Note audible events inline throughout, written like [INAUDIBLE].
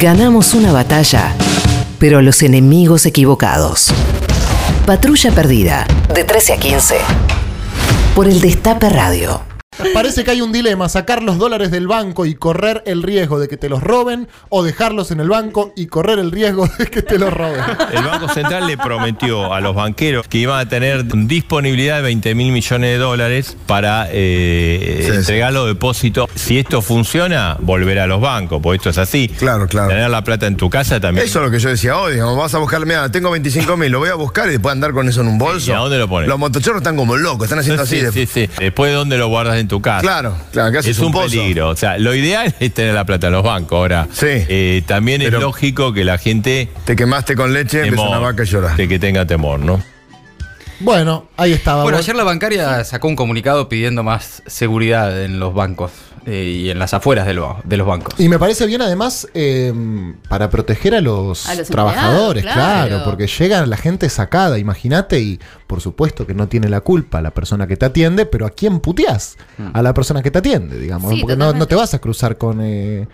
Ganamos una batalla, pero a los enemigos equivocados. Patrulla perdida, de 13 a 15. Por el Destape Radio. Parece que hay un dilema, sacar los dólares del banco y correr el riesgo de que te los roben o dejarlos en el banco y correr el riesgo de que te los roben. El Banco Central le prometió a los banqueros que iban a tener disponibilidad de 20 mil millones de dólares para eh, Sí, sí. entregar los depósitos. Si esto funciona, volver a los bancos, porque esto es así. Claro, claro. Tener la plata en tu casa también. Eso es lo que yo decía hoy, digamos, vas a buscar, mira, tengo 25 mil, lo voy a buscar y después andar con eso en un bolso. ¿Y a dónde lo pones? Los motochorros están como locos, están Sí, haciendo así. de- sí, sí. Después, ¿dónde lo guardas en tu casa? Claro, claro, que haces Es un, pozo. peligro. O sea, lo ideal es tener la plata en los bancos. Ahora, Sí. eh, también Pero- es lógico que la gente Te quemaste con leche, empieza temor, una vaca y llora. de que tenga temor, ¿no? Bueno, ahí estaba. Bueno, Vol- ayer la bancaria sacó un comunicado pidiendo más seguridad en los bancos eh, y en las afueras de, lo- de los bancos. Y me parece bien además eh, para proteger a los, A los trabajadores, empleados, claro. claro. porque llega la gente sacada, imagínate, y por supuesto que no tiene la culpa la persona que te atiende, pero ¿a quién puteás? Mm. A la persona que te atiende, digamos, Sí, porque no, totalmente. no te vas a cruzar con, eh,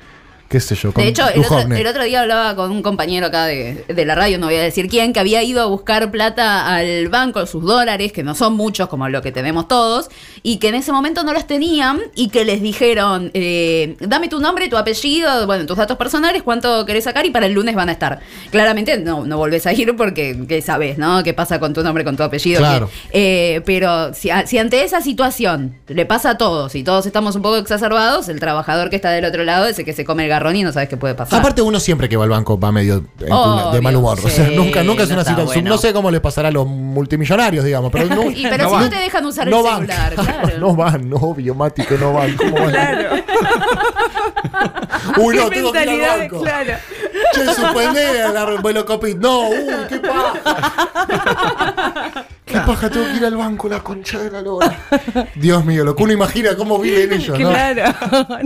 qué sé yo, con eh. De hecho, el otro, Duhovne. el otro día hablaba con un compañero acá de, de la radio, no voy a decir quién, que había ido a buscar plata al banco, sus dólares, que no son muchos como lo que tenemos todos, y que en ese momento no los tenían y que les dijeron, eh, dame tu nombre, tu apellido, bueno, tus datos personales, cuánto querés sacar y para el lunes van a estar. Claramente no, no volvés a ir porque que sabes, ¿no? ¿Qué pasa con tu nombre, con tu apellido? Claro. que- eh, pero si, a- si ante esa situación le pasa a todos y todos estamos un poco exacerbados, el trabajador que está del otro lado es el que se come el garrón y no sabes qué puede pasar. Ah. Aparte uno siempre que va al banco va medio en- Obvio, de mal humor, o sea, sí, nunca, nunca es no una está situación, bueno. no sé cómo les pasará a los multimillonarios, digamos, [LAUGHS] pero, no, Y, pero si no te dejan usar no el van, celular, [LAUGHS] claro. No van, no, obvio, Mati, que no van, [LAUGHS] ¿cómo van? Uy, no, tengo que ir al banco. claro. Che, suspendé a la vuelo copit. No, uy, qué paja. Qué paja, tengo que ir al banco, la concha de la lora. Dios mío, lo que uno imagina cómo viven ellos, ¿no? Claro. [LAUGHS]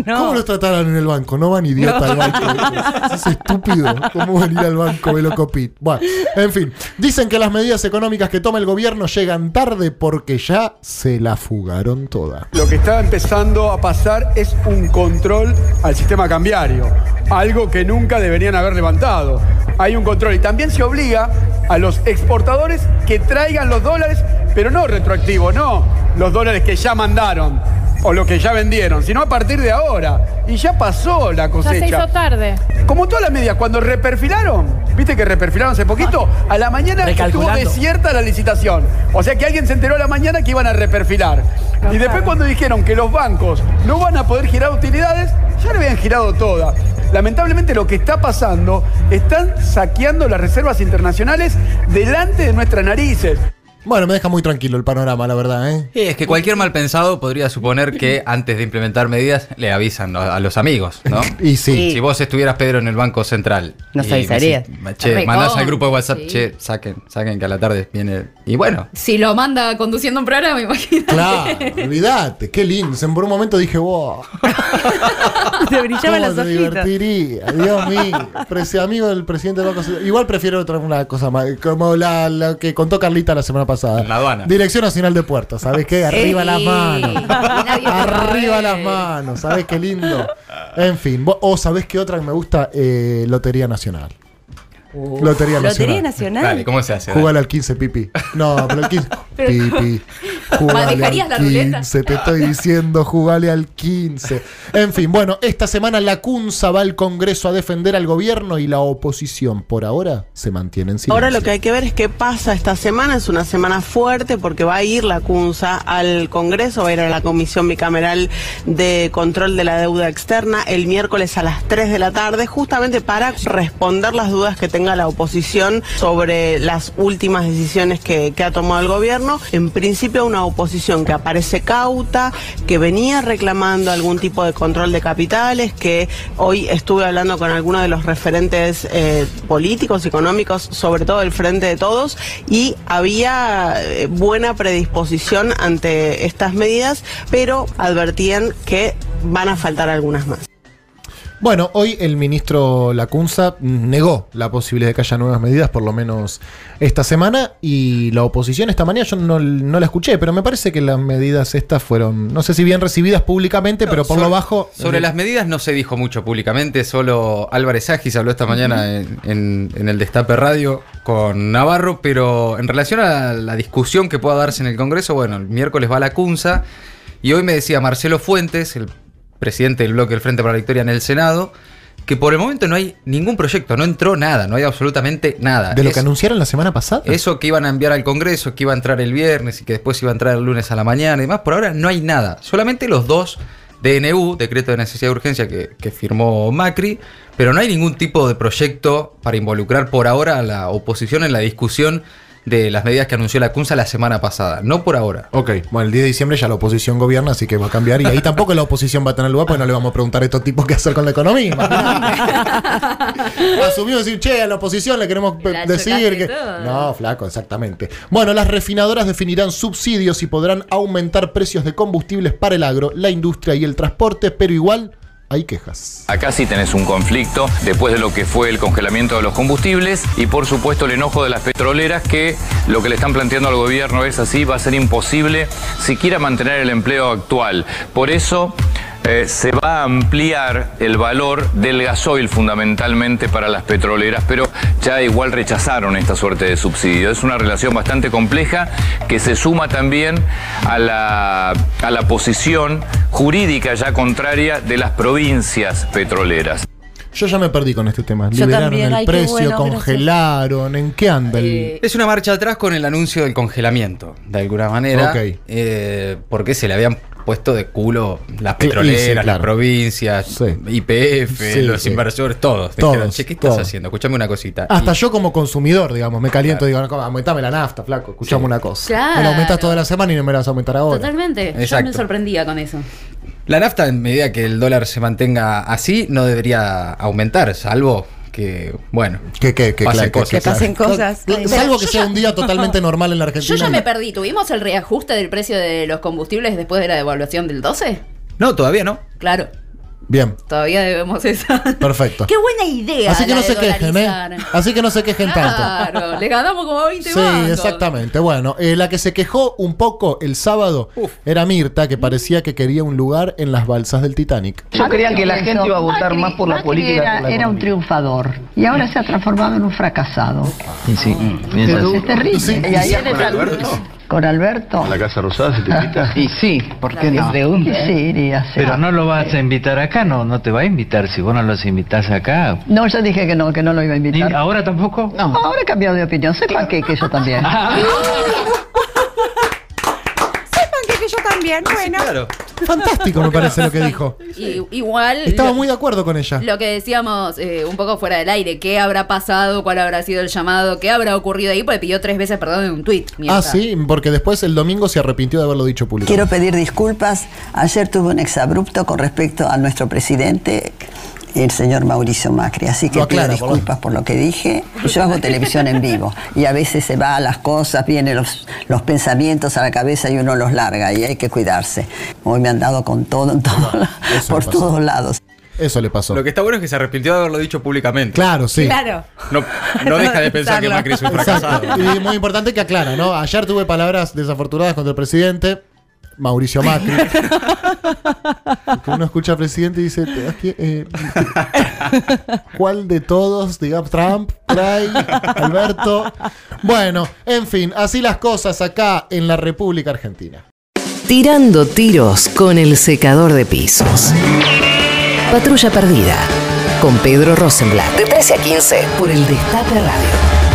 No. ¿Cómo los trataron en el banco? No van idiota al banco. Es estúpido. ¿Cómo van a ir al banco Velocopit? Bueno, en fin. Dicen que las medidas económicas que toma el gobierno llegan tarde porque ya se la fugaron toda. Lo que está empezando a pasar es un control al sistema cambiario, algo que nunca deberían haber levantado. Hay un control y también se obliga a los exportadores que traigan los dólares, pero no retroactivo, no los dólares que ya mandaron o lo que ya vendieron, sino a partir de ahora. Y ya pasó la Ya se hizo cosecha. tarde. Como todas las medidas, cuando reperfilaron, viste que reperfilaron hace poquito, a la mañana estuvo desierta la licitación. O sea que alguien se enteró a la mañana que iban a reperfilar. Y después cuando dijeron que los bancos no van a poder girar utilidades, ya le habían girado toda. Lamentablemente lo que está pasando, están saqueando las reservas internacionales delante de nuestras narices. Bueno, me deja muy tranquilo el panorama, la verdad, ¿eh? Sí, es que cualquier mal pensado podría suponer que antes de implementar medidas le avisan a, a los amigos, ¿no? [LAUGHS] Y sí. Si vos estuvieras, Pedro, en el Banco Central. Nos y me avisarías. decís, Che, Recon- mandás al grupo de WhatsApp, sí. che, saquen, saquen que a la tarde viene. Y bueno, Si lo manda conduciendo un programa, [LAUGHS] imagínate. Claro, olvídate, qué lindo. Por un momento dije, wow, [LAUGHS] Te ¿cómo brillaban las se hojitas. divertiría? Dios mío, Preci- amigo del presidente del Banco Central. Igual prefiero otra una cosa más, como la, la que contó Carlita la semana pasada. La aduana. Dirección Nacional de Puertos, ¿sabés qué? Arriba las manos. Arriba las manos, ¿sabés qué lindo? En fin, vo- o ¿sabés qué otra que me gusta? Eh, Lotería Nacional. Lotería Nacional. Lotería Nacional. dale, ¿cómo se hace? Dale. Jugale al 15, pipi. No, pero al [LAUGHS] 15. Pipi. Jugale ¿Manejarías la al ruleta? 15, te estoy diciendo, jugale al 15. En fin, bueno, esta semana la CUNSA va al Congreso a defender al gobierno y la oposición por ahora se mantiene en silencio. Ahora lo que hay que ver es qué pasa esta semana. Es una semana fuerte porque va a ir la CUNSA al Congreso, va a ir a la Comisión Bicameral de Control de la Deuda Externa el miércoles a las 3 de la tarde, justamente para responder las dudas que tenga la oposición sobre las últimas decisiones que, que ha tomado el gobierno. En principio, una oposición que aparece cauta, que venía reclamando algún tipo de control de capitales, que hoy estuve hablando con algunos de los referentes eh, políticos, económicos, sobre todo del Frente de Todos, y había eh, buena predisposición ante estas medidas, pero advertían que van a faltar algunas más. Bueno, hoy el ministro Lacunza negó la posibilidad de que haya nuevas medidas, por lo menos esta semana, y la oposición esta mañana yo no, no la escuché, pero me parece que las medidas estas fueron, no sé si bien recibidas públicamente, pero por sobre, lo bajo... Sobre las medidas no se dijo mucho públicamente, solo Álvarez Agis habló esta mañana en, en- en el Destape Radio con Navarro, pero en relación a la discusión que pueda darse en el Congreso, bueno, el miércoles va la CUNSA y hoy me decía Marcelo Fuentes, el presidente del bloque del Frente para la Victoria en el Senado, que por el momento no hay ningún proyecto, no entró nada, no hay absolutamente nada. Ah, de lo Es- que anunciaron la semana pasada. Eh, eso que iban a enviar al Congreso, que iba a entrar el viernes y que después iba a entrar el lunes a la mañana y demás, por ahora no hay nada. Solamente los dos DNU, Decreto de Necesidad y Urgencia, que, que firmó Macri, pero no hay ningún tipo de proyecto para involucrar por ahora a la oposición en la discusión de las medidas que anunció la CUNSA la semana pasada. No por ahora. Ok, bueno, el 10 de diciembre ya la oposición gobierna, así que va a cambiar. Y ahí tampoco la oposición va a tener lugar, porque no le vamos a preguntar a estos tipos qué hacer con la economía. [LAUGHS] imagínate. Asumimos decir, che, a la oposición le queremos pe- La decir chocaste que. toda. No, flaco, exactamente. Bueno, las refinadoras definirán subsidios y podrán aumentar precios de combustibles para el agro, la industria y el transporte, pero igual hay quejas. Acá sí tenés un conflicto después de lo que fue el congelamiento de los combustibles y por supuesto el enojo de las petroleras que lo que le están planteando al gobierno es así, va a ser imposible siquiera mantener el empleo actual. Por eso eh, se va a ampliar el valor del gasoil fundamentalmente para las petroleras, pero ya igual rechazaron esta suerte de subsidio. Es una relación bastante compleja que se suma también a la, a la posición jurídica ya contraria de las provincias petroleras. Yo ya me perdí con este tema. Yo Liberaron también, el ay, qué precio, bueno, gracias. Eh, congelaron, ¿en qué anda el.? Eh, Es una marcha atrás con el anuncio del congelamiento, de alguna manera. Ok. eh, porque se le habían puesto de culo las Cl- y sí, petroleras, las claro. provincias, IPF, Sí, los sí. inversores, todos. Todos, Dijeron, che, ¿qué estás todos. Ah, haciendo? Escuchame una cosita. Hasta Y- yo como consumidor, digamos, me caliento y digo, "No, aumentame la nafta, flaco, escuchame una cosa. Claro. Me la aumentas toda la semana y no me la vas a aumentar ahora. Totalmente. Yo me Exacto. sorprendía con eso. La nafta, en medida que el dólar se mantenga así, no debería aumentar, salvo que, bueno, que, pasen claro, que- cosas. que pasen cosas. Salvo que sea un [LAUGHS] día totalmente normal en la Yo Argentina. ya me perdí. ¿Tuvimos el reajuste del precio de los combustibles después de la devaluación del 12? No, todavía no. Claro, Bien, todavía debemos esa. perfecto. Qué buena idea. Así que la no de se quejen, ¿eh? dolarizar. Así que no se quejen tanto. Claro, le ganamos como 20 Sí, bancos. exactamente. Bueno, eh, la que se quejó un poco el sábado era Mirta, que parecía que quería un lugar en las balsas del Titanic. Yo creía que la gente iba a votar más por la política. Era, era un triunfador y ahora se ha transformado en un fracasado. Mm. Sí, Es terrible. Sí, y ahí sí, en el con Alberto. Con Alberto. ¿A la Casa Rosada se te invita? Y sí, ¿por qué no? Sí, iría. sí. Pero no lo vas a invitar acá, no, no te va a invitar. Si vos no los invitás acá, No, yo dije que no, que no lo iba a invitar. ¿Y ahora tampoco? No. Ahora he cambiado de opinión. Sepan que, que yo también. Sepan que, que yo también, bueno. Fantástico, me parece lo que [LAUGHS] dijo. Y- igual. Estaba lo- muy de acuerdo con ella. Lo que decíamos eh, un poco fuera del aire, ¿qué habrá pasado? ¿Cuál habrá sido el llamado? ¿Qué habrá ocurrido ahí? Porque pidió tres veces perdón en un tuit. mierda. Ah, sí, porque después el domingo se arrepintió de haberlo dicho públicamente. Quiero pedir disculpas. Ayer tuve un exabrupto con respecto a nuestro presidente, el señor Mauricio Macri. [LAUGHS] Así que Lo aclara, pido por lo- disculpas por lo que dije. Yo hago televisión en vivo y a veces se va a las cosas, vienen los, los pensamientos a la cabeza y uno los larga y hay que cuidarse. Hoy me han dado con todo, en todo- eso por me pasó. todos lados. Eso le pasó. Lo que está bueno es que se arrepintió de haberlo dicho públicamente. Claro, sí. Claro. No, no deja de pensar que Pensarlo. Macri es un [LAUGHS] fracasado. Exacto. Y muy importante que aclara, ¿no? Ayer tuve palabras desafortunadas contra el presidente. Mauricio Macri. Que Uno escucha al presidente y dice, "Te- aquí, eh, ¿cuál de todos? Digamos, Trump, Clay, Alberto. Bueno, en fin, así las cosas acá en la República Argentina. Tirando tiros con el secador de pisos. Patrulla perdida. Con Pedro Rosenblatt. De 13 a 15. Por el Destape Radio.